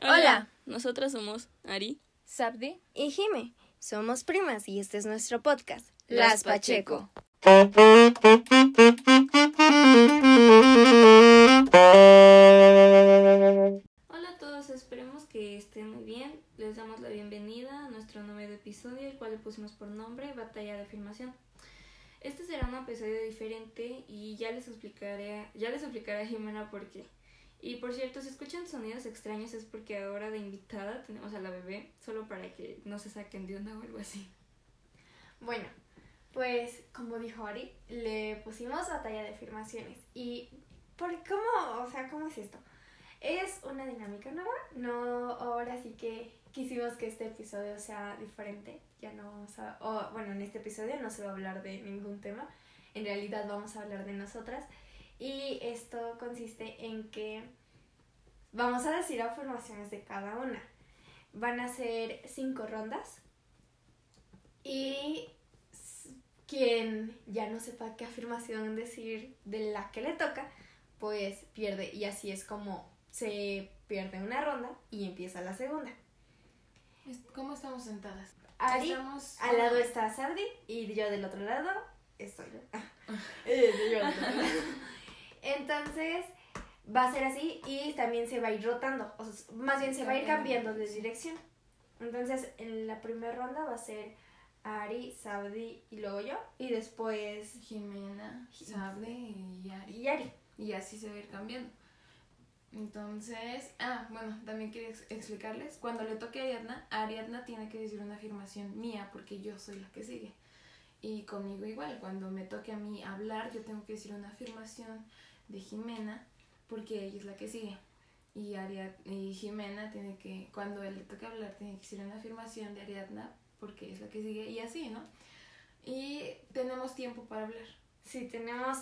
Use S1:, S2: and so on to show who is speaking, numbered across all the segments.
S1: Hola.
S2: Hola.
S1: Nosotras somos Ari.
S2: Sabdi.
S3: Y Jime, somos primas y este es nuestro podcast,
S2: Las Pacheco.
S1: Hola a todos, esperemos que estén muy bien. Les damos la bienvenida a nuestro nuevo episodio, el cual le pusimos por nombre Batalla de Afirmación. Este será un episodio diferente y ya les explicaré, ya les explicaré a Jimena por qué. Y por cierto, si escuchan sonidos extraños es porque ahora de invitada tenemos a la bebé, solo para que no se saquen de onda o algo así.
S4: Bueno, pues como dijo Ari, le pusimos batalla de afirmaciones. ¿Y por cómo? O sea, ¿cómo es esto? Es una dinámica nueva, no ahora sí que quisimos que este episodio sea diferente. Ya no vamos a, o, bueno, en este episodio no se va a hablar de ningún tema. En realidad vamos a hablar de nosotras. Y esto consiste en que vamos a decir afirmaciones de cada una. Van a ser cinco rondas. Y s- quien ya no sepa qué afirmación decir de la que le toca, pues pierde. Y así es como se pierde una ronda y empieza la segunda.
S5: Es- ¿Cómo estamos sentadas?
S4: Ari,
S5: Estamos-
S4: al lado está Sardi y yo del otro lado estoy yo. Eh, yo del otro lado. Entonces va a ser así y también se va a ir rotando, o sea, más bien se va a ir cambiando de dirección. Entonces en la primera ronda va a ser Ari, Sardi y luego yo y después
S5: Jimena, Sable y Ari.
S4: y Ari.
S5: Y así se va a ir cambiando. Entonces, ah, bueno, también quería ex- explicarles. Cuando le toque a Ariadna, Ariadna tiene que decir una afirmación mía porque yo soy la que sigue. Y conmigo igual, cuando me toque a mí hablar, yo tengo que decir una afirmación de Jimena porque ella es la que sigue. Y, Ariad y Jimena tiene que, cuando él le toque hablar, tiene que decir una afirmación de Ariadna porque es la que sigue y así, ¿no? Y tenemos tiempo para hablar.
S4: Sí, tenemos,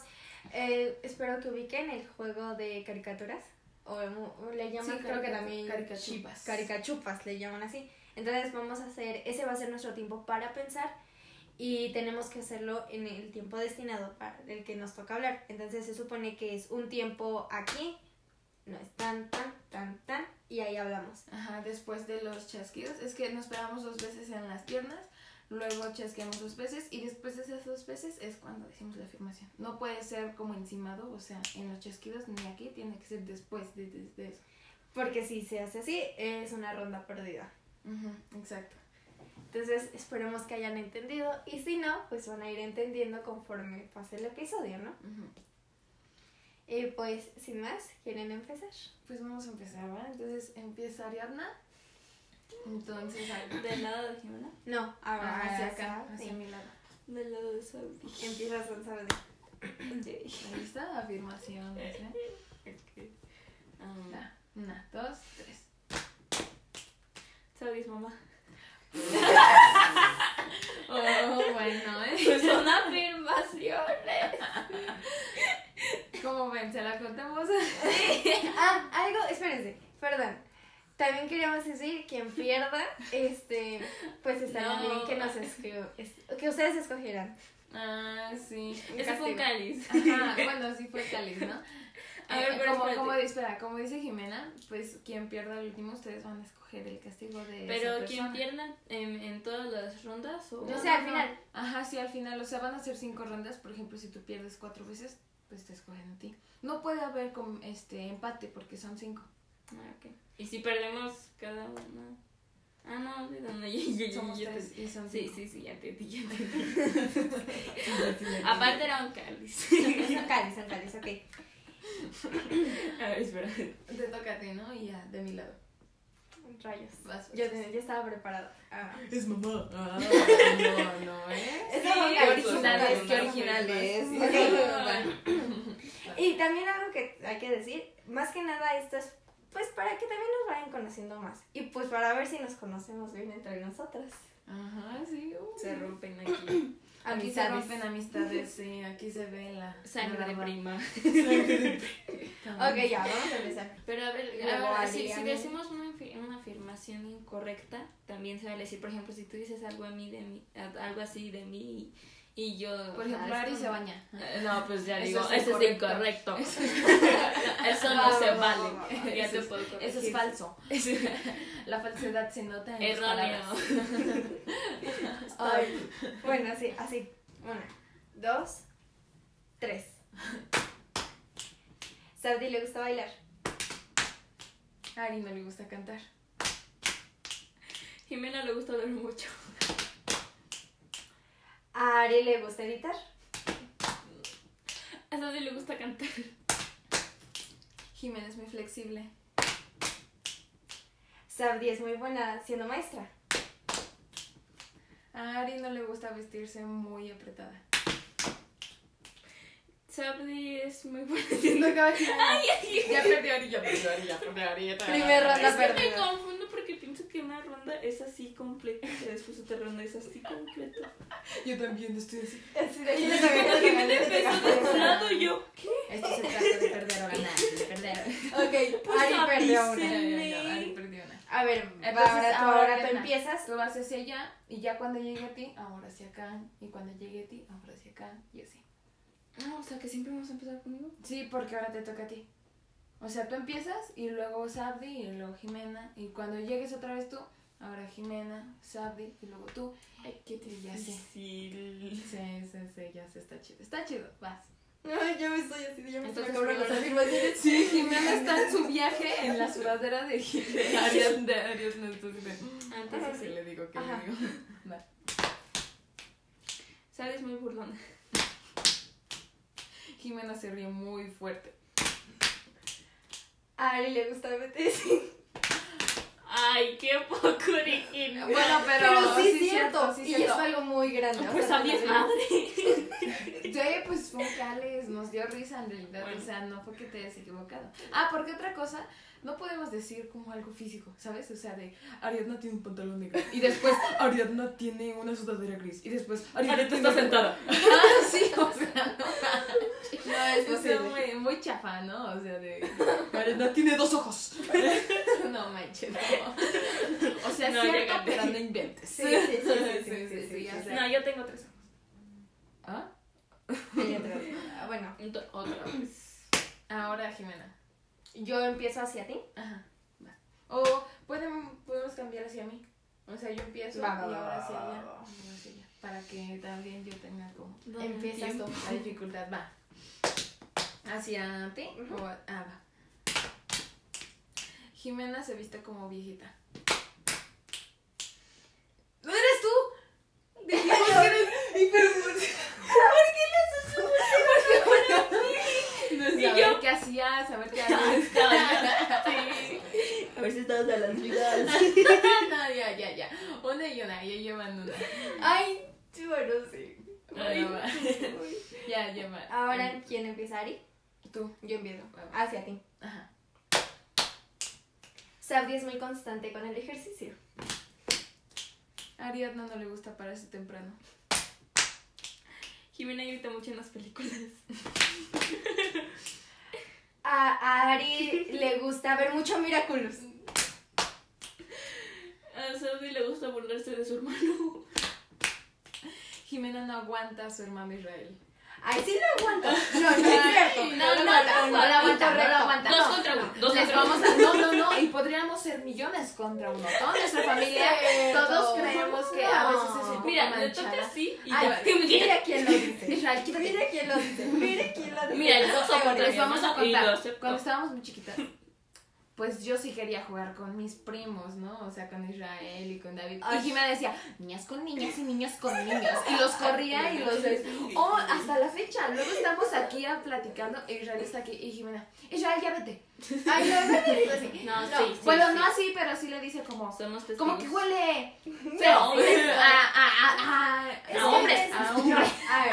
S4: eh, espero que ubiquen el juego de caricaturas, o mu- o le llaman,
S5: Sí,
S4: creo que
S5: carica-
S4: también
S5: caricachupas.
S4: chi- Caricachupas, le llaman así. Entonces vamos a hacer, ese va a ser nuestro tiempo para pensar y tenemos que hacerlo en el tiempo destinado para el que nos toca hablar. Entonces se supone que es un tiempo aquí, no es tan, tan, tan, tan, y ahí hablamos.
S5: Ajá, después de los chasquidos. Es que nos pegamos dos veces en las piernas, luego chasqueamos dos veces y después de esas dos veces es cuando decimos la afirmación. No puede ser como encimado, o sea, en los chasquidos ni aquí, tiene que ser después de, de- de eso.
S4: Porque si se hace así, es una ronda perdida.
S5: Ujú, exacto.
S4: Entonces esperemos que hayan entendido y si no, pues van a ir entendiendo conforme pase el episodio, ¿no?
S5: Ujú.
S4: Y pues sin más, ¿quieren empezar?
S5: Pues vamos a empezar, ¿va? Entonces empieza Ariadna. Entonces, a- ah,
S1: Del lado de Jimena,
S4: No, ah, ahora
S5: hacia
S4: sí,
S5: acá,
S4: sí.
S5: hacia mi lado.
S1: del lado de Saudi.
S4: ah, Empiezas con Sardi.
S5: Ahí está, afirmación.
S1: Ah,
S5: Una, una, dos, tres.
S1: Saudi es mamá.
S5: Oh, bueno, ¿eh?
S1: Pues son afirmaciones.
S5: ¿Cómo ven? ¿Se la contamos?
S4: Ah, algo, espérense, perdón. También queríamos decir quien pierda, este, pues estaría
S1: No.
S4: bien que nos escriban, que ustedes escogieran.
S5: Ah, sí.
S1: Ese fue un
S4: castigo.
S1: cáliz.
S5: Ajá, bueno, sí fue cáliz, ¿no?
S1: A ver,
S5: Eh,
S1: pero
S5: como,
S1: espérate.
S5: como, espera, como dice Jimena, pues quien pierda el último, ustedes van a escoger el castigo de
S1: Pero
S5: esa
S1: quien
S5: persona.
S1: pierda en, en todas las rondas o.
S4: No sé, al final.
S5: Ajá, sí, al final, o sea, van a ser cinco rondas, por ejemplo, si tú pierdes cuatro veces, pues te escogen a ti. No puede haber com- este empate porque son cinco.
S1: Ah, ok. Y si perdemos cada una. Ah, no, de donde yo, yo- yo-
S5: Somos
S1: yo-
S5: tres y son
S1: Sí,
S5: cinco.
S1: sí, sí, ya te di, ya te di. Aparte era un cáliz.
S4: Son cáliz, son cáliz, ok.
S1: A ver, espera.
S5: Te toca a ti, ¿no? Y ya, de mi lado.
S4: Rayos.
S5: Vas,
S4: Yo,
S5: vas.
S4: yo estaba preparada. Ah.
S5: Es mamá. no, no, ¿eh?
S4: Esa fue un
S1: qué
S4: cáliz,
S1: originales,
S4: un
S1: qué
S4: cáliz.
S1: originales.
S4: Ok. Y también algo que hay que decir, más que nada esto es pues para que también nos vayan conociendo más y pues para ver si nos conocemos bien entre nosotras.
S5: Ajá, sí. uy.
S1: Se rompen aquí.
S5: Aquí se
S4: Amistades.
S5: rompen amistades, sí, aquí se ve la
S1: Sangre
S5: la
S1: de
S5: barba.
S1: prima.
S4: Ok, ya, vamos a empezar.
S1: Pero a ver,
S4: Luego
S1: ahora,
S4: Ali,
S1: si, si
S4: a mí.
S1: decimos una, afir- una afirmación incorrecta, también se vale decir, por ejemplo, si tú dices algo a mí de mí, a- algo así de mí y, Y yo.
S5: Por ejemplo,
S1: ah,
S5: Ari
S1: esto
S5: se
S1: no.
S5: baña.
S1: Eh, No, pues ya
S5: Eso
S1: digo,
S5: es
S1: eso es
S5: incorrecto".
S1: incorrecto. Eso no
S4: Va,
S1: se
S4: va, va, va, va,
S1: vale.
S4: va.
S1: Ya te
S5: Ah, Eso
S1: puedo
S5: Eso es
S1: corregir.
S5: falso. La falsedad se nota en tus palabras.
S1: Erróneo.
S4: Ay. Bueno, sí, así. Una, dos, tres. Sardi le gusta bailar.
S5: A Ari no le gusta cantar.
S1: Jimena le gusta hablar mucho.
S4: A Ari le gusta editar.
S1: A Sandy le gusta cantar.
S5: Jimena es muy flexible.
S4: Sardi es muy buena siendo maestra.
S5: A Ari no le gusta vestirse muy apretada.
S1: Sandy es muy buena.
S5: No acaba de Ya perdió a Ari, ya perdió a Ari, ya perdió a Ari.
S4: Primer ronda
S1: Es que me
S4: perdida.
S1: confundo porque pienso que una ronda es así completa y después otra ronda es así completa.
S5: Yo también estoy así.
S4: Así de-
S1: Cuando Jimena empezó de su lado, yo.
S5: Esto se trata de perder o ganar. De perder.
S4: Ok,
S1: Pues
S4: Ari perdió una.
S1: avisen.
S5: Ari perdió una.
S4: A ver,
S5: Entonces,
S4: ahora, tú,
S5: ahora
S4: ahora tú
S5: Ariana.
S4: empiezas.
S5: Tú vas hacia allá y ya cuando llegue a ti, ahora hacia acá. Y cuando llegue a ti, ahora hacia acá y así.
S1: Ah, o sea que siempre vamos a empezar conmigo.
S5: Sí, porque ahora te toca a ti. O sea, tú empiezas y luego Sabdi y luego Jimena. Y cuando llegues otra vez tú, ahora Jimena, Sabdi y luego tú.
S1: Ay, qué
S5: Y ya sé.
S1: difícil.
S5: Sí, sí, sí, ya sé, está chido. Está chido, vas.
S4: Ay, yo me estoy así, ya me estoy
S5: Entonces,
S4: acabando las
S5: primero-
S4: afirmaciones.
S5: Sí, Jimena está en su viaje en la sudadera de de Arias. De Arias no, entonces de-
S1: Antes
S5: sí
S1: así.
S5: le digo que le
S4: Ajá.
S5: digo. Va.
S1: Sandy es muy burlona.
S5: Jimena se ríe muy fuerte.
S4: A Ari le gusta BTS.
S1: Ay, qué poco original.
S5: Bueno, pero,
S4: Pero sí,
S5: es
S4: es cierto.
S5: sí es
S4: y
S5: cierto.
S4: es algo muy grande. o
S1: Pues
S4: sea,
S1: Sandy es
S4: también-
S1: madre.
S5: Sí, pues fue un cáliz, nos dio risa en realidad,
S1: Bueno.
S5: o sea, no fue que te hayas equivocado. Ah, porque otra cosa, no podemos decir como algo físico, ¿sabes? O sea, de Ariadna tiene un pantalón negro y después Ariadna tiene una sudadera gris y después Ariadna
S1: Ahorita está
S5: tiene-
S1: sentada.
S5: Ah, sí, o sea, no,
S4: No, es
S5: o sea,
S4: posible.
S5: muy, muy chafa, ¿no? O sea, de Ariadna tiene dos ojos. No manches, no. O sea, es
S1: No,
S5: cierto,
S1: llégate.
S5: pero no inventes.
S4: Sí, sí, sí, sí, sí, sí, sí,
S5: ya
S4: sí.
S5: sé.
S1: No, yo tengo tres ojos.
S5: ¿Ah?
S4: Y entonces, ah, Bueno,
S1: Ento- Otra vez.
S5: Ahora, Jimena.
S4: yo empiezo hacia ti.
S5: Ajá, va. O pueden, podemos cambiar hacia mí. O sea, yo empiezo
S4: Va, va,
S5: y
S4: va,
S5: ahora
S4: va,
S5: hacia
S4: va,
S5: allá.
S4: va.
S5: y luego hacia allá. Para que también yo tenga como
S4: Empiezas tú.
S5: la dificultad. Va. Hacia ti. o, ah, va. Jimena se viste como viejita. ¿No eres tú? Dijimos que eres. ¿Y pero por qué? ¿Por qué lo haces? Porque
S1: Y
S5: bueno,
S1: yo-
S5: saber qué hacías, saber qué hacías.
S2: A ver si estamos a las ligas.
S5: no, ya, ya, ya. Una y una, ya llevan una.
S4: Ay, sí, bueno, sí.
S5: Bueno, va. ya, ya va.
S4: Ahora, ¿quién empieza, Ari?
S5: Tú.
S4: Yo empiezo. Hacia ti.
S5: Ajá.
S4: Sabdi es muy constante con el ejercicio.
S5: A Ariadna no le gusta pararse temprano.
S1: Jimena grita mucho en las películas.
S4: A, a Ari le gusta ver mucho Miraculous.
S1: A Sandy le gusta burlarse de su hermano.
S5: Jimena no aguanta a su hermano Israel.
S4: Ay, sí lo aguanto. No, no es cierto.
S5: No, no, no, no lo aguanta, no lo aguanta.
S1: Dos
S5: No.
S1: contra uno. Dos
S5: Les
S1: contra uno.
S5: vamos a... No, no, no. Y podríamos ser millones contra uno. Toda nuestra familia,
S4: Cierto.
S5: todos creemos que a veces es un poco
S1: Mira, le
S5: manchada.
S1: toca así y
S5: Ay,
S1: ya. Que me diga.
S4: Mira quién lo dice.
S5: Israel, quítate.
S4: Mira quién lo dice. Mira quién lo dice.
S1: Mira, el dos a
S5: Les vamos a
S1: Y lo
S5: contar.
S1: acepto.
S5: Cuando estábamos muy chiquitas, pues yo sí quería jugar con mis primos, ¿no? O sea, con Israel y con David. Y
S4: Ay.
S5: Jimena decía, niñas con niñas y niños con niños. Y los corría y los... Oh, hasta la fecha. Luego estamos aquí ah, platicando. e Israel está aquí y Jimena, Israel, ya vete.
S4: Ay, no, no, no, no, sí.
S1: No,
S4: No,
S1: sí, sí.
S5: bueno,
S1: sí.
S5: no así, pero sí le dice como...
S1: Somos testigos.
S5: Como que huele...
S1: No,
S5: feo".
S1: Ah.
S5: a, a, a, a-
S4: Es
S5: a
S4: que
S5: hombres.
S4: es-
S5: A hombres.
S4: No, a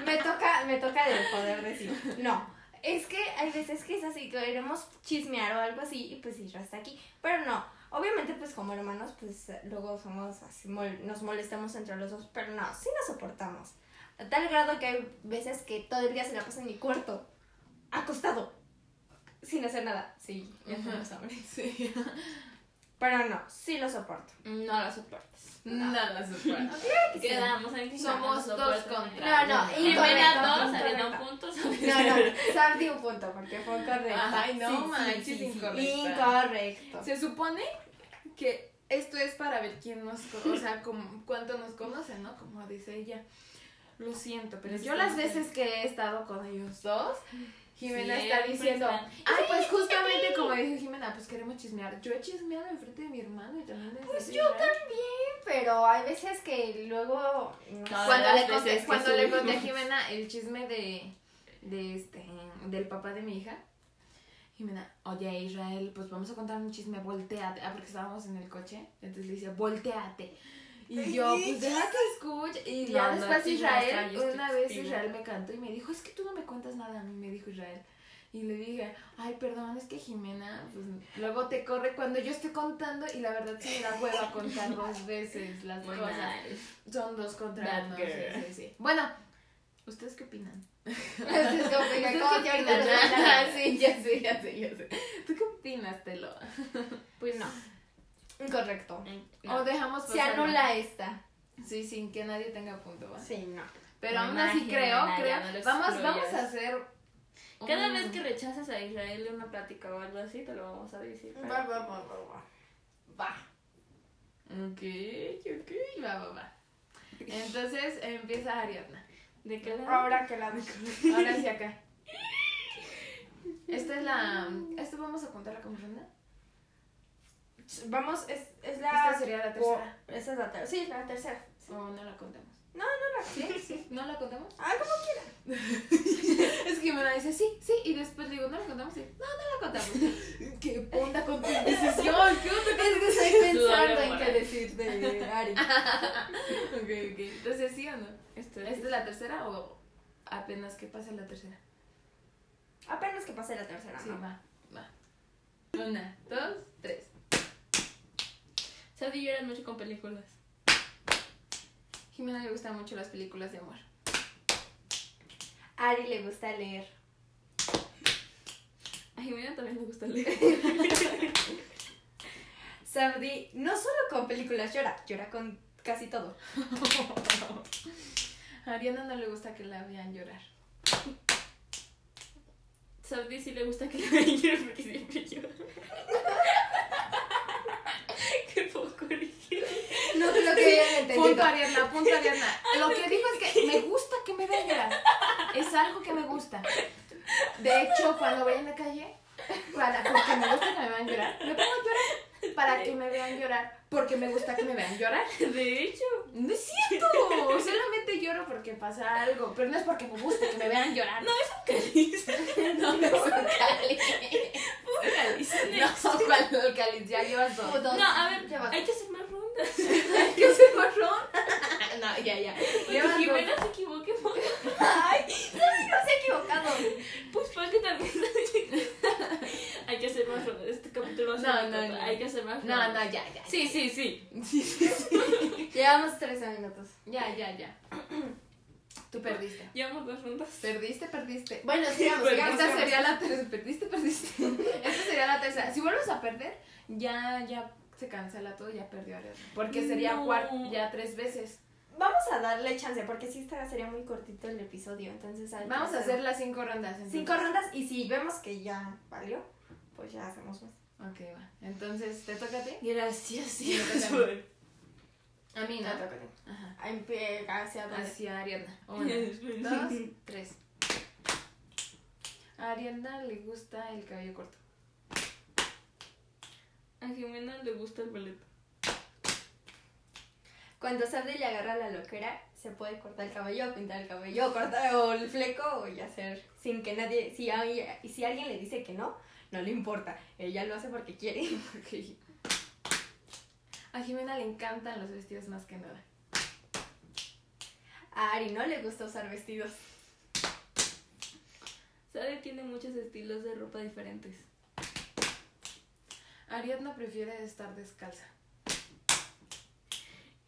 S4: ver, me toca, me toca de poder decir. No, es que hay veces que es así, queremos chismear o algo así, y pues ir hasta aquí. Pero no, obviamente, pues como hermanos, pues luego somos así, mol- nos molestamos entre los dos, pero no, sí nos soportamos. A tal grado que hay veces que todo el día se la pasa en mi cuarto, acostado, sin hacer nada. Sí, ya son los hombres.
S5: Sí.
S4: Pero no, sí lo soporto.
S1: No lo soportes.
S5: No las soportes.
S1: Quedamos en que
S5: Somos
S1: no lo
S5: dos
S1: soporto.
S5: contra
S4: No, no,
S1: En vez de
S4: incorrecto,
S1: a dos, había
S4: incorrecto.
S1: no puntos.
S4: No, no, Sam dio un punto porque fue correcto.
S5: Ay, no manches, incorrecta.
S4: Incorrecto.
S5: Se supone que esto es para ver quién nos, co- o sea, como- cuánto nos conocen, ¿no? Como dice ella. Lo siento, pero yo las veces que he estado con ellos dos, Jimena está
S1: Siempre
S5: diciendo,
S1: están,
S5: ay, pues justamente como dijo Jimena, pues queremos chismear. Yo he chismeado enfrente de mi hermano y también de Pues yo
S4: Pero hay veces que luego. no
S1: Todas
S5: Cuando le
S1: las veces
S5: conté,
S1: que
S5: cuando le
S1: subimos.
S5: conté a Jimena el chisme de, de este, del papá de mi hija, Jimena, oye Israel, pues vamos a contar un chisme, volteate, ah, porque estábamos en el coche, entonces le dice, volteate. Y yo, pues deja que escuche. Y ya
S1: No, no,
S5: después
S1: sí, no, está,
S5: Israel,
S1: yo estoy
S5: una vez
S1: testigo.
S5: Israel me cantó y me dijo, es que tú no me cuentas nada a mí, me dijo Israel. Y le dije, ay, perdón, es que Jimena, pues luego te corre cuando yo estoy contando y la verdad sí me da hueva contar dos veces las
S1: Muy
S5: cosas.
S1: mal.
S5: Son dos contra
S1: Bad
S5: uno.
S1: girl.
S5: Sí, sí, sí. Bueno, ¿ustedes qué opinan?
S4: Es como que acabo de ahorita lo voy a hablar.
S5: Ah, sí, ya sé, ya sé, ya sé. ¿Tú qué opinas, Telo?
S4: Pues no. Incorrecto.
S5: O dejamos
S4: Eh, Se
S5: pasarlo.
S4: anula esta.
S5: Sí, sin que nadie tenga punto, ¿va?
S4: Sí, no.
S5: Pero aún
S1: Imagina,
S5: así creo,
S1: ya
S5: creo.
S1: no lo
S5: vamos,
S1: excluyas.
S5: vamos a hacer.
S1: Cada
S5: un-
S1: vez que rechazas a Israel de una plática o algo así, te lo vamos a decir.
S4: Va, va, va, va, va. Va.
S5: Ok, ok, va, va, va. Entonces empieza Ariadna.
S1: ¿De qué lado?
S4: Ahora que la
S5: Ahora sí acá. Esta es la. ¿Esta vamos a contarla como ronda?
S4: Vamos, es, es la.
S5: Esta sería la tercera.
S4: Cu- Esta es la tercera. Sí, la tercera.
S5: ¿O no la contamos?
S4: No, la- sí, sí.
S5: ¿No la contamos?
S4: Ah, ¿cómo
S5: Es que Jimena dice, sí, sí, y después le digo, no la contamos, y no, no la contamos. ¿Qué onda con tu decisión? ¿Qué onda?
S4: Es que estoy pensando en
S1: Sudadera.
S4: qué decir de Ari.
S5: Ok, ok. Entonces, ¿sí o no?
S1: Esto
S5: ¿Esta
S1: es.
S5: es la tercera o apenas que pase la tercera?
S4: Apenas que pase la tercera,
S5: Sí,
S4: ¿no?
S5: va, va. Una, dos, tres.
S1: Sadie llora mucho con películas.
S5: Jimena le gustan mucho las películas de amor.
S4: Ari le gusta leer.
S1: A Jimena también le gusta leer.
S4: Sabdi no solo con películas llora, llora con casi todo.
S5: A Ariana no le gusta que la vean llorar.
S1: Sabdi sí le gusta que le vean llorar porque siempre llora. Qué poco original.
S4: No creo que hayan
S5: Punto
S4: entendido.
S5: Ariana, punto Ariana. Lo que digo es que me gusta que me vean llorar. Es algo que me gusta. De hecho, cuando voy en la calle, para, porque me gusta que me vean llorar, me pongo a llorar para que me vean llorar. Porque me gusta que me vean llorar.
S1: De hecho,
S5: No es cierto. Solamente lloro porque pasa algo. Pero no es porque me gusta que me vean llorar. No,
S1: no me focalicen en eso.
S5: cuando el cáliz ya llevas dos.
S4: Puto.
S1: No, a ver,
S4: Ya va.
S1: hay que hacer más rondas.
S5: ¿Qué es el marrón? No, ya, ya.
S1: Porque
S5: Llevas dos.
S1: Jimena se equivoque. porque-
S4: Ay, Sabdi no se ha equivocado.
S1: Pues porque también. hay que hacer más rondas. Este capítulo va a ser
S5: No,
S1: muy
S5: no,
S1: corto.
S5: no.
S1: Hay que hacer más
S5: No,
S1: rondas.
S5: no, ya, ya.
S1: Sí, sí, sí.
S4: Llevamos 13 minutos.
S5: Ya, ya, ya. Tú perdiste.
S1: Llevamos dos rondas.
S5: Perdiste, perdiste. Pues,
S4: Bueno, sigamos,
S1: Porque
S4: sigamos.
S5: Esta
S4: sigamos.
S5: sería la tercera. Perdiste, perdiste. Esta sería la tercera. Si vuelves a perder, ya, ya se cancela todo, ya perdió Ariadna. Porque sería
S1: No.
S5: cuar- ya tres veces.
S4: Vamos a darle chance porque si esta sería muy cortito el episodio, entonces hay que
S5: Vamos a hacer las cinco rondas. entonces.
S4: cinco rondas y si vemos que ya valió, pues ya hacemos más.
S5: Ok, va. Entonces, ¿te toca a ti?
S1: Gracias,
S5: Sí, yo
S1: Dios.
S5: A mí,
S4: Ya
S5: ¿no?
S4: toca a ti.
S5: Ajá.
S4: Ay, pe- hacia dónde.
S5: Hacia Ariadna. Una, dos, tres. A Ariadna le gusta el cabello corto.
S1: A Jimena le gusta el boleto.
S4: Cuando Sabdi le agarra la loquera, se puede cortar el cabello, pintar el cabello, cortar o el fleco o y hacer sin que nadie, si, hay- y si alguien le dice que no, no le importa, ella lo hace porque quiere.
S5: Ok. A Jimena le encantan los vestidos más que nada.
S4: A Ari no le gusta usar vestidos.
S1: Sade tiene muchos estilos de ropa diferentes.
S5: Ariadna prefiere estar descalza.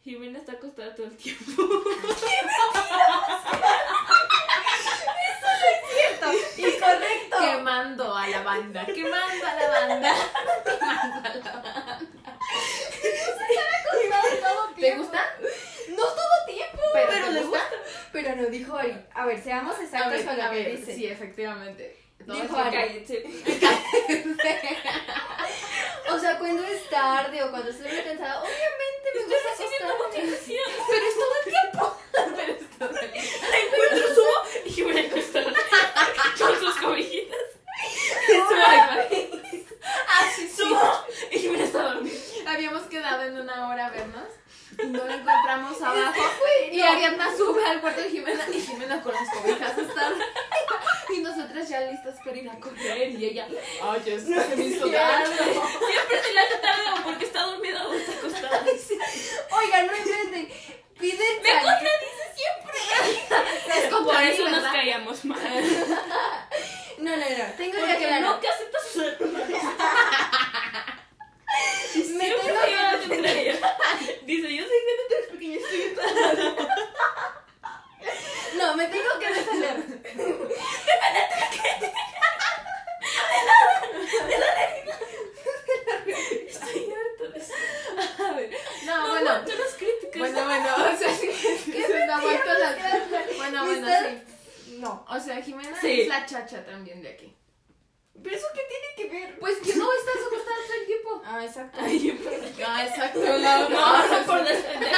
S1: Jimena está acostada todo el tiempo.
S4: Incorrecto.
S5: Quemando a la banda. Quemando a la banda. Quemando a la banda.
S4: Dijo Ori. A ver, seamos
S5: A
S4: exactos
S5: ver,
S4: con lo
S5: a
S4: que
S5: ver,
S4: dice.
S5: sí, efectivamente. Todos
S4: Dijo
S5: que
S4: Ari.
S5: cállense.
S4: O sea, cuando es tarde o cuando estoy muy cansada, obviamente me gusta acostarme.
S5: Pero es todo el tiempo. Pero es todo el tiempo.
S1: encuentro subo y voy a acostar con sus cobijitas.
S5: Ah, sí, sí.
S1: Y me está dormir.
S5: Habíamos quedado en una hora a vernos. y No la encontramos abajo. Y
S4: no.
S5: Ariadna sube al cuarto de Jimena y Jimena con las cobijas hasta Y nosotras ya listas para ir a correr. Y ella, ay, ya se me hizo tarde".
S1: Siempre se le hace tarde o porque está dormida o está acostada.
S4: Oigan, no inventen. Piden salir.
S5: Es como
S1: Por
S5: ahí,
S1: eso nos
S5: ¿verdad?
S1: caíamos mal.
S4: No, no, no. Tengo que
S1: Porque
S4: aclarar.
S1: nunca aceptas sus errores.
S4: me
S1: Siempre
S4: tengo
S1: te llevas contra ella. Dice, yo soy gente de los pequeños.
S4: que- No, me tengo que defender.
S1: Estoy harta de eso.
S5: A ver. No,
S1: No
S5: bueno.
S1: aguanto las críticas.
S5: Bueno, bueno, o sea, sí, se me ha vuelto la... Bueno,
S4: Me
S5: bueno,
S4: estás-
S5: sí.
S4: No.
S5: O sea, Jimena
S1: Sí.
S5: es la chacha también de aquí.
S4: ¿Pero eso qué tiene que ver?
S5: Pues que no estás acostada todo el tiempo.
S4: Ah, exacto.
S1: Ay, yo por-
S5: Ah, exacto.
S1: No, no, por defender.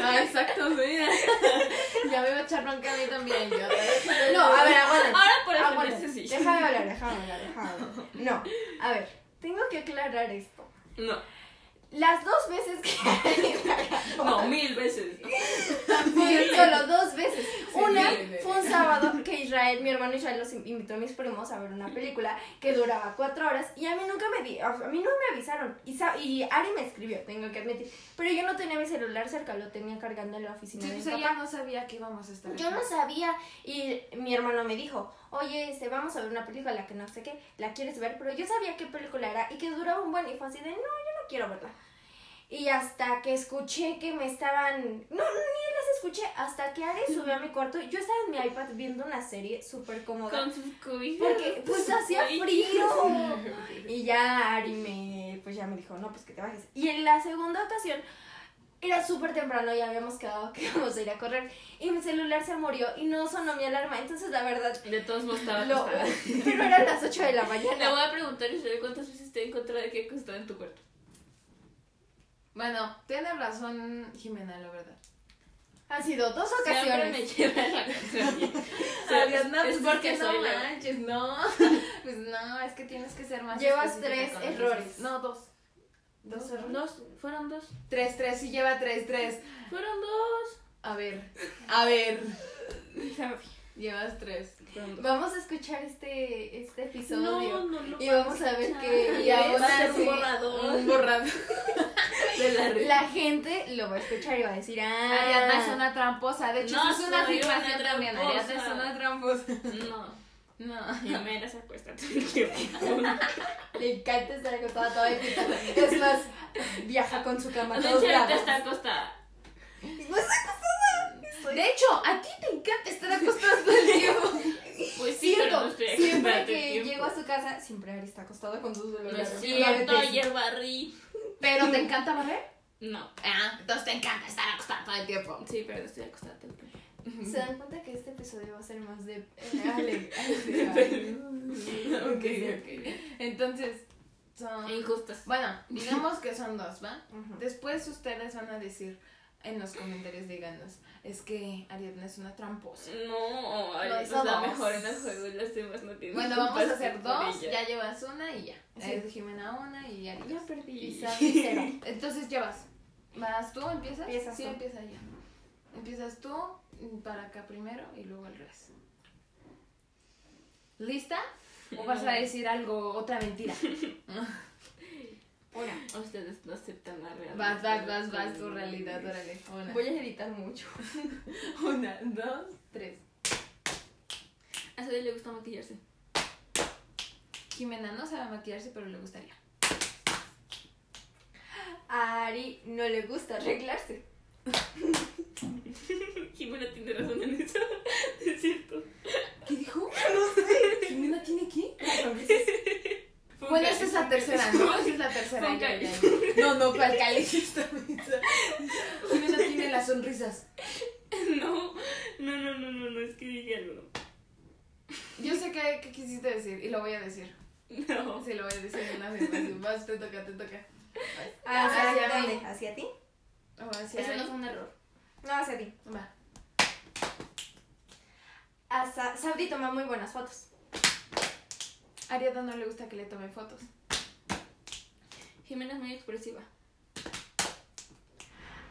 S5: Ah, exacto, mira. Ya me va a echar bronca a mí también. Yo.
S4: No, a ver, aguanten.
S1: Ahora por
S4: Aguanten.
S1: defenderse Ah, sí.
S4: Déjame hablar, déjame hablar, déjame hablar. No, a ver, tengo que aclarar esto.
S1: No,
S4: Las dos veces que...
S1: no, mil veces.
S4: Fui solo dos veces. Una
S5: mil
S4: fue un sábado que Israel, mi hermano Israel, los invitó a mis primos a ver una película que duraba cuatro horas y a mí nunca me di, a mí no me avisaron. Y, sa- y Ari me escribió, tengo que admitir. Pero yo no tenía mi celular cerca, lo tenía cargando en la oficina
S5: Sí,
S4: de mi
S5: pues
S4: papá.
S5: ella no sabía que íbamos a estar
S4: Yo no sabía y mi hermano me dijo, oye, este, vamos a ver una película que no sé qué, la quieres ver, pero yo sabía qué película era y que duraba un buen y fue así de, no, yo no quiero verla. Y hasta que escuché que me estaban, no, ni las escuché, hasta que Ari subió a mi cuarto, yo estaba en mi iPad viendo una serie súper cómoda.
S1: Con sus cobijas.
S4: Porque pues hacía
S1: Ay.
S4: frío. Y ya Ari me, pues ya me dijo, no, pues que te bajes. Y en la segunda ocasión, era súper temprano y habíamos quedado que íbamos a ir a correr. Y mi celular se murió y no sonó mi alarma. Entonces, la verdad,
S1: De todos modos estaba
S4: lo,
S1: acostada.
S4: pero eran las 8 de la
S1: Le voy
S4: mañana.
S1: a preguntar Isabel cuántas veces te he encontrado de que he acostado en tu cuarto.
S5: Bueno, tiene razón Jimena, la verdad.
S4: Han sido dos
S1: Siempre
S4: ocasiones.
S1: me lleva a la contraria. O sea,
S5: Ariadna,
S1: es
S5: pues,
S1: porque
S5: es que
S1: soy
S5: no
S1: la-
S5: manches, no. Pues no, es que tienes que ser más.
S4: Llevas tres
S5: específica con los
S4: errores.
S5: meses. No, dos.
S4: Dos errores.
S1: Dos, fueron dos.
S5: Tres, tres, sí lleva tres, tres.
S1: Fueron dos.
S5: A ver, a ver. Llevas tres.
S1: Fueron dos.
S4: Vamos a escuchar este, este episodio.
S1: No, no lo
S4: Y vamos a ver qué. Y
S5: Va a
S4: ahora
S5: ser Ah, un
S4: sí,
S1: borrador.
S5: Un borrador. Ah,
S1: de la red.
S4: La gente lo va a escuchar y va a decir, ah,
S5: Ariadna es una tramposa. De hecho,
S1: No
S5: eso es una
S1: soy una
S5: afirmación también.
S1: tramposa.
S5: Ariadna es una tramposa.
S1: No,
S5: No.
S1: Jimena se acuesta todo el tiempo.
S4: Le encanta estar acostada toda el tiempo. Es más, viaja con su cama
S1: De
S4: todos
S1: hecho, ahorita
S4: lados.
S1: está acostada.
S4: No está acostada. Estoy-
S5: De hecho, a ti te encanta estar acostada todo el tiempo.
S1: Pues sí, pero no
S4: Cierto,
S1: estoy acostada
S4: siempre
S1: todo el
S4: que
S1: tiempo.
S4: llego a su casa, siempre Ari está acostada con sus
S1: No
S4: dolores.
S1: es cierto, ayer barrí.
S5: Pero te encanta barrer.
S1: No,
S5: Ah, entonces te encanta estar acostada todo el tiempo.
S1: sí, pero no estoy acostada todo el tiempo.
S4: ¿Se dan cuenta que este episodio va a ser más de... eh, Ale, Ale, Ale.
S5: Ok, ok. Entonces, son.
S1: E Injustas.
S5: Bueno, digamos que son dos, ¿va?
S4: Ujú.
S5: Después ustedes van a decir en los comentarios, díganos, es que Ariadna es una tramposa.
S1: No,
S5: No,
S1: Ariadna es
S5: hizo
S1: la
S5: dos.
S1: mejor en los juegos, las demás no tienen
S5: Bueno, vamos a
S1: culpa
S5: hacer
S1: por
S5: dos,
S1: ella.
S5: ya llevas una y ya.
S4: Sí.
S5: Eh, Jimena una y Ari
S1: Ya
S5: dos.
S1: perdí.
S4: Y Sam cero.
S5: Entonces llevas. ¿Vas tú? ¿Empiezas?
S4: Empiezas
S5: sí,
S4: tú.
S5: empieza ya. Empiezas tú mm, para acá primero y luego al revés. ¿Lista? ¿O vas a decir algo, otra mentira?
S4: Una.
S1: Ustedes no aceptan la realidad.
S5: Vas, vas, vas, vas, tu realidad, órale. Una.
S4: Voy a editar mucho.
S5: Una, dos, tres.
S1: A Sadie le gusta maquillarse.
S5: Jimena no sabe maquillarse, pero le gustaría.
S4: A Ari no le gusta arreglarse.
S1: Jimena tiene razón en eso. Es cierto.
S5: ¿Qué dijo? No sé. ¿Jimena tiene qué? Bueno, esta es la tercera, ¿no? Esta es la tercera.
S1: Fue
S5: ya,
S1: un
S5: ya, ya. No, no, para el cáliz esta mesa. Jimena tiene las sonrisas.
S1: No, No, no, no, no, no, es que dije algo.
S5: Yo sé qué, qué quisiste decir y lo voy a decir.
S1: No.
S5: Sí, lo voy a decir en una afirmación. Vas, te toca, te toca.
S4: ¿Hacia,
S5: hacia
S4: dónde?
S5: mí.
S4: ¿Hacia ti?
S5: O
S1: Eso no
S5: hacia Oh, ahí.
S1: fue un error.
S4: No, hacia ti.
S5: Va.
S4: Hasta Sabdi toma muy buenas fotos.
S5: A Ariadna no le gusta que le tomen fotos.
S1: Jimena es muy expresiva.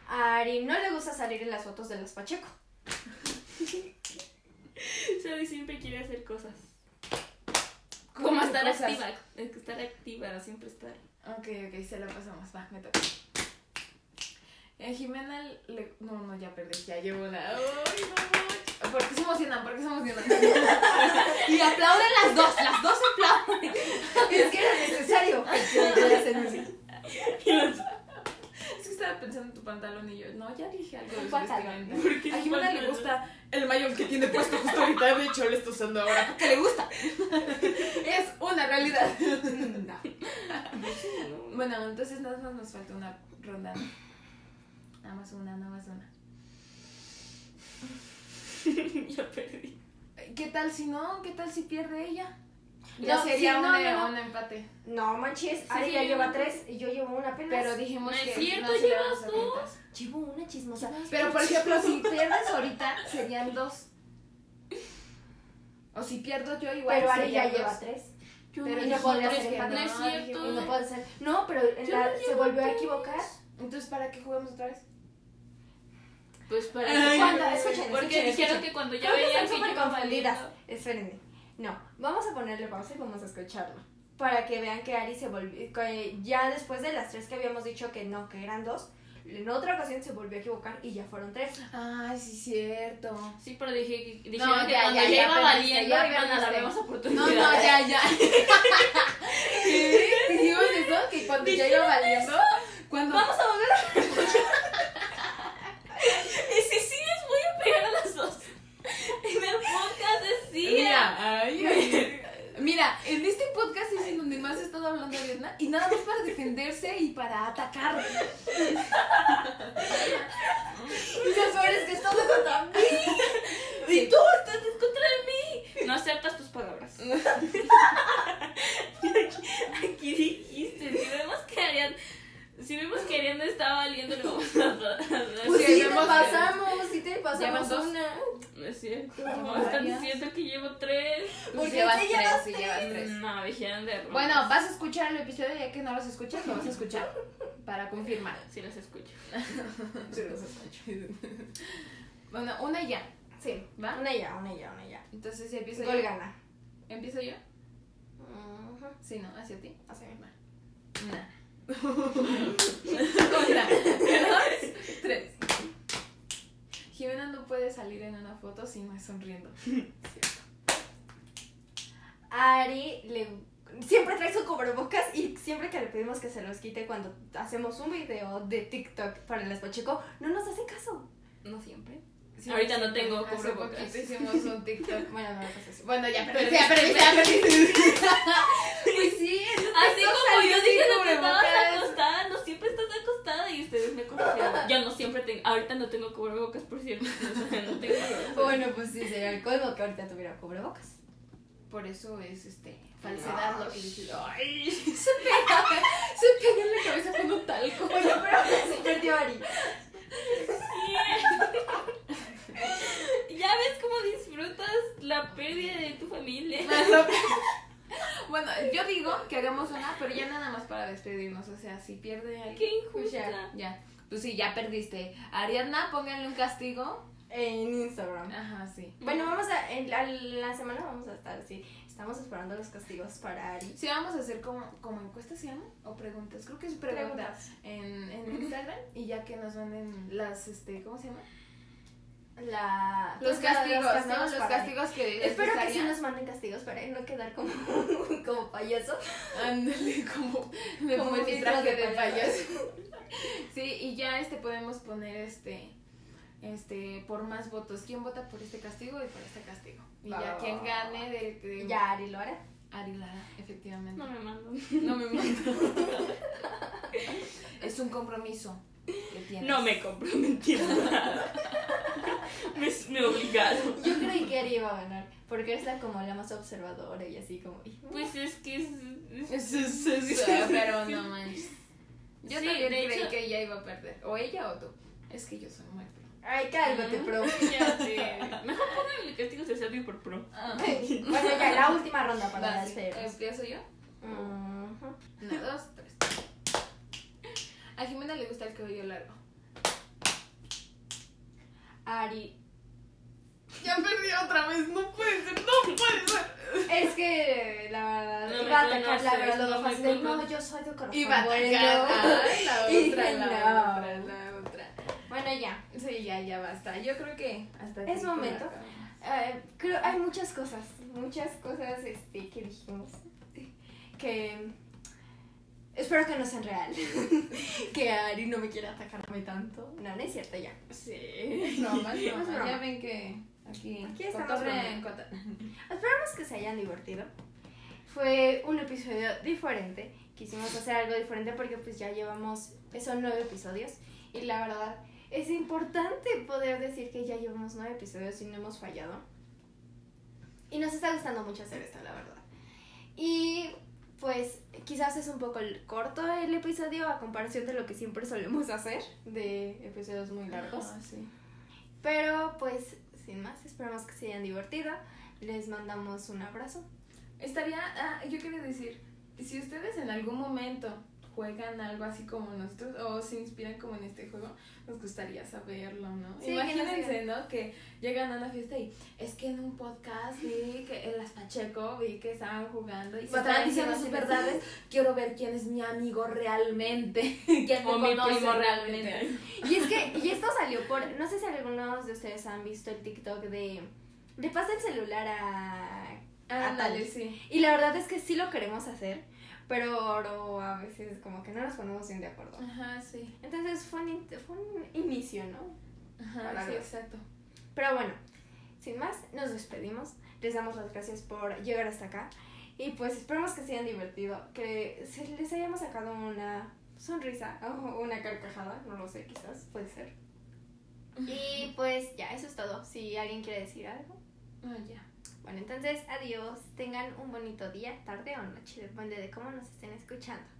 S4: A Ari no le gusta salir en las fotos de los Pacheco.
S1: Sabe, siempre quiere hacer cosas.
S5: ¿Cómo
S1: Como
S5: que
S1: estar
S5: cosas?
S1: activa. Estar activa, siempre estar.
S5: Ok, ok, se la pasamos. Va, me toca. Eh, Jimena le... No, no, ya perdí, ya llevo una... ¡Ay, no! ¿Por qué se emocionan? ¿Por qué se emocionan? y aplauden las dos, las dos aplauden.
S4: Es que era necesario.
S5: Es que estaba pensando en tu pantalón y yo, no, ya dije algo de
S4: Un
S5: su
S4: pantalón.
S5: vestimenta.
S1: ¿Por qué
S5: A
S1: un
S5: Jimena le
S1: pantalón?
S5: gusta el mayor que tiene puesto justo ahorita, de hecho lo está usando ahora porque le gusta. es una realidad. Bueno, entonces nada más nos falta una ronda. ¿no? Nada más una, nada más una.
S1: Yo perdí.
S5: ¿Qué tal si no? ¿Qué tal si pierde ella?
S4: Ya
S5: No,
S4: sería
S5: sí, no,
S4: un-
S5: no, no.
S4: un
S5: e- empate.
S4: No manches, Ari
S1: sí,
S4: ya
S1: yo
S4: lleva
S1: no-
S4: tres y yo llevo una apenas.
S5: Pero dijimos
S1: No es
S5: que
S1: cierto,
S5: se le
S1: llevas
S5: vamos a
S1: dos.
S5: pintas.
S4: Llevo una chismosa.
S5: Pero por ejemplo, si pierdes ahorita, serían dos. O si pierdo yo igual.
S4: Pero Ari
S5: serían
S4: ya lleva
S5: dos.
S4: tres.
S1: Yo
S4: Pero
S1: no
S4: no
S1: dije
S4: podría
S1: tres
S4: ser
S1: que
S4: empate.
S1: No es
S5: No, dije
S1: cierto.
S4: Y no puede ser. No, pero en
S1: Yo
S4: la-
S1: no
S4: se
S1: llevo
S4: volvió a
S1: tres.
S4: equivocar.
S5: Entonces, ¿para qué jugamos otra vez?
S1: Pues para
S4: Ay,
S1: cuando-
S4: ay, escuchen,
S1: Porque
S4: escuchen,
S1: dijeron
S4: escuchen.
S1: que cuando ya
S4: Creo que
S1: veían
S4: están
S1: que
S4: súper
S1: yo iba
S4: confundidas.
S1: valiendo-
S4: Espérenme. No, vamos a ponerle pausa y vamos a escucharlo. Para que vean que Ari se volvió. que ya después de las tres que habíamos dicho que no, que eran dos, en otra ocasión se volvió a equivocar y ya fueron tres.
S5: Ay, sí, cierto.
S1: Sí, pero dije, dijeron que
S5: ya,
S1: cuando ya,
S5: ya, ya
S1: iba
S5: perdiste,
S1: valiendo,
S5: ya
S1: iban a darme
S5: perdiste.
S1: más
S5: No,
S1: oportunidades.
S5: no, ya, ya. ¿Qué? Dijimos eso, que cuando ya iba valiendo. Cuando...
S1: Vamos a volver a Y si sigues, voy a pegar a las dos. En el podcast decía.
S5: Mira, ay, ay. Mira, en este podcast es en donde más he estado hablando de Edna y nada más para defenderse y para atacar. Pues
S4: Y lo peor es que esto lo también.
S1: Y tú estás en contra de mí. No aceptas tus palabras. Aquí dijiste, si vemos que Arián, si vemos que Arián no está valiendo, le vamos a
S4: Pues
S5: Sí,
S4: sí, te
S5: vemos que-
S4: pasamos, sí te pasamos
S5: Llevan dos.
S4: una.
S1: No es cierto.
S5: Llevo
S1: Me están
S5: varias.
S1: diciendo que llevo tres.
S4: Porque
S5: llevas
S4: te
S5: tres,
S4: llevas
S5: sí, llevas tres.
S1: No, dijeron de error.
S5: Bueno, vas a escuchar el episodio ya que no los escuchas, lo vas a escuchar para confirmar.
S1: Si las escucho.
S5: Bueno, una y ya,
S4: Sí,
S5: ¿va?
S4: una ya, una ya, una ya.
S5: Entonces empiezo
S4: Gol
S5: yo.
S4: gana.
S5: ¿Empiezo yo?
S4: Ujú,
S5: Sí, ¿no? ¿Hacia ti?
S4: Así mismo.
S5: Una. una, dos, tres. Jimena no puede salir en una foto si no es sonriendo.
S4: Ari le, siempre trae su cubrebocas y siempre que le pedimos que se los quite cuando hacemos un video de TikTok para el Pacheco, no nos hace caso.
S1: No siempre.
S5: Sí,
S1: Ahorita
S5: sí,
S1: no tengo
S5: hace
S1: cubrebocas.
S5: poquito hicimos un TikTok.
S4: Bueno, no, pues eso.
S5: Bueno, ya,
S1: Pero
S5: perdiste, ya, perdiste, ya, perdiste. Pues sí, en un
S1: Así
S5: TikTok
S1: como
S5: salí
S1: yo
S5: sin
S1: dije no te estabas
S5: cubrebocas.
S1: acostada, no siempre estás acostada y ustedes me conocen. Yo no siempre tengo, ahorita no tengo cubrebocas, por cierto. o sea, no tengo cubrebocas.
S4: Bueno, pues sí, sería el colmo que ahorita tuviera cubrebocas.
S5: Por eso es este falsedad lo que dices. Ay, se pega, se pega en la cabeza con un talco.
S4: Oye, pero se perdió Ari.
S1: Ya ves cómo disfrutas la pérdida de tu familia.
S5: Bueno, yo digo que hagamos una, pero ya nada más para despedirnos. O sea, si pierde alguien,
S1: Qué injusta.
S5: ya. Pues sí, ya perdiste. Ariadna, pónganle un castigo.
S4: En Instagram.
S5: Ajá, sí.
S4: Bueno, vamos a. En la, la semana vamos a estar así. Estamos esperando los castigos para Ari.
S5: Sí, vamos a hacer como, como encuestas, ¿se llama? O preguntas. Creo que es preguntas en, en Instagram. Y ya que nos manden las, este, ¿cómo se llama?
S4: La,
S5: Los
S4: pues, la-
S5: castigos, ¿no? Los
S4: para Ari.
S5: castigos que...
S4: Espero que
S5: estarían-
S4: sí nos manden castigos para no quedar como, como payaso.
S5: Ándale, como me
S4: Como
S5: pongo mi
S4: filtro
S5: traje
S4: de payaso.
S5: de payaso. Sí, y ya este podemos poner este este por más votos. ¿Quién vota por este castigo y por este castigo? Y
S4: Va,
S5: ya
S4: va,
S5: quien
S4: va,
S5: gane de, de-
S4: Ya Ari lo hará.
S5: Ari Lara, efectivamente.
S1: No me mando.
S5: No me manda. es un compromiso que tienes.
S1: No me comprometí.
S2: Me, me obligaron.
S6: Yo creí que Ari iba a ganar, porque es la como la más observadora y así como... "Ih".
S1: Pues es que es. es-
S5: pero no manches. Yo
S1: Sí,
S5: también
S1: de
S5: creí
S1: hecho-
S5: que ella iba a perder. O ella o tú. Es que yo soy muy pro.
S6: Ay, cálmate, pro.
S1: Ya sé. Mejor pónganle castigo de sabio por pro.
S4: Bueno, ya, la última ronda para
S5: Va,
S4: las
S5: sí.
S4: feas.
S5: ¿Empiezo yo?
S6: Ujú.
S5: Una, dos, tres. A Jimena le gusta el cabello largo.
S6: Ari.
S5: Ya perdí otra vez, no puede ser, no puede ser.
S4: Es que, la verdad,
S1: No me
S4: iba a atacar la
S1: conoces,
S4: verdad,
S1: no
S4: lo
S1: me
S4: fácil. de, No,
S1: conoces".
S4: yo soy de corazón.
S5: Iba a atacar
S4: bueno.
S5: ay, la
S4: Dije,
S5: otra,
S4: no.
S5: la otra, la otra.
S4: Bueno, ya.
S5: Sí, ya, ya basta. Yo creo que hasta aquí
S4: Es momento.
S5: puedo acabar.
S4: Eh, creo, hay muchas cosas, muchas cosas este, que dijimos que espero que no sean real.
S6: Que Ari no me quiera atacarme tanto.
S4: No, no es cierto ya.
S5: Sí. No, más
S4: Es broma.
S5: Ya ven que aquí,
S4: Aquí estamos
S5: cotorrean, cotorrean.
S4: Esperamos que se hayan divertido. Fue un episodio diferente. Quisimos hacer algo diferente porque pues ya llevamos, son nueve episodios. Y la verdad es importante poder decir que ya llevamos nueve episodios y no hemos fallado. Y nos está gustando mucho hacer esto, la verdad. Y pues quizás es un poco el- corto el episodio a comparación de lo que siempre solemos hacer, de episodios muy largos.
S5: Ah, sí.
S4: Pero pues, sin más, esperamos que se hayan divertido. Les mandamos un abrazo.
S5: Estaría, ah, yo quería decir, si ustedes en algún momento juegan algo así como nosotros o se inspiran como en este juego, nos gustaría saberlo, ¿no?
S4: Sí, que nos
S5: Imagínense, ¿no? Que llegan a una fiesta y es que en un podcast vi que en las Pacheco vi que estaban jugando y se
S6: Batalla
S5: estaban diciendo
S6: de
S5: sus
S6: generaciones.
S5: verdades. Quiero ver quién es mi amigo realmente, quién me
S1: O mi
S5: conoce
S1: primo realmente.
S4: Y es que, y esto salió por, no sé si algunos de ustedes han visto el TikTok de, le pasa el celular a...
S5: Ándale,
S4: tal.
S5: sí.
S4: Y la verdad es que sí lo queremos hacer, pero a veces como que no nos ponemos bien de acuerdo.
S5: Ajá, sí.
S4: Entonces fue un, in- fue un inicio, ¿no?
S5: Ajá, sí, exacto.
S4: Pero bueno, sin más, nos despedimos. Les damos las gracias por llegar hasta acá. Y pues esperamos que se hayan divertido, que se les hayamos sacado una sonrisa o una carcajada, no lo sé, quizás puede ser. Y pues ya, eso es todo. Si alguien quiere decir algo.
S5: Ah, ya.
S4: Bueno, entonces, adiós. Tengan un bonito día, tarde o noche, depende de cómo nos estén escuchando.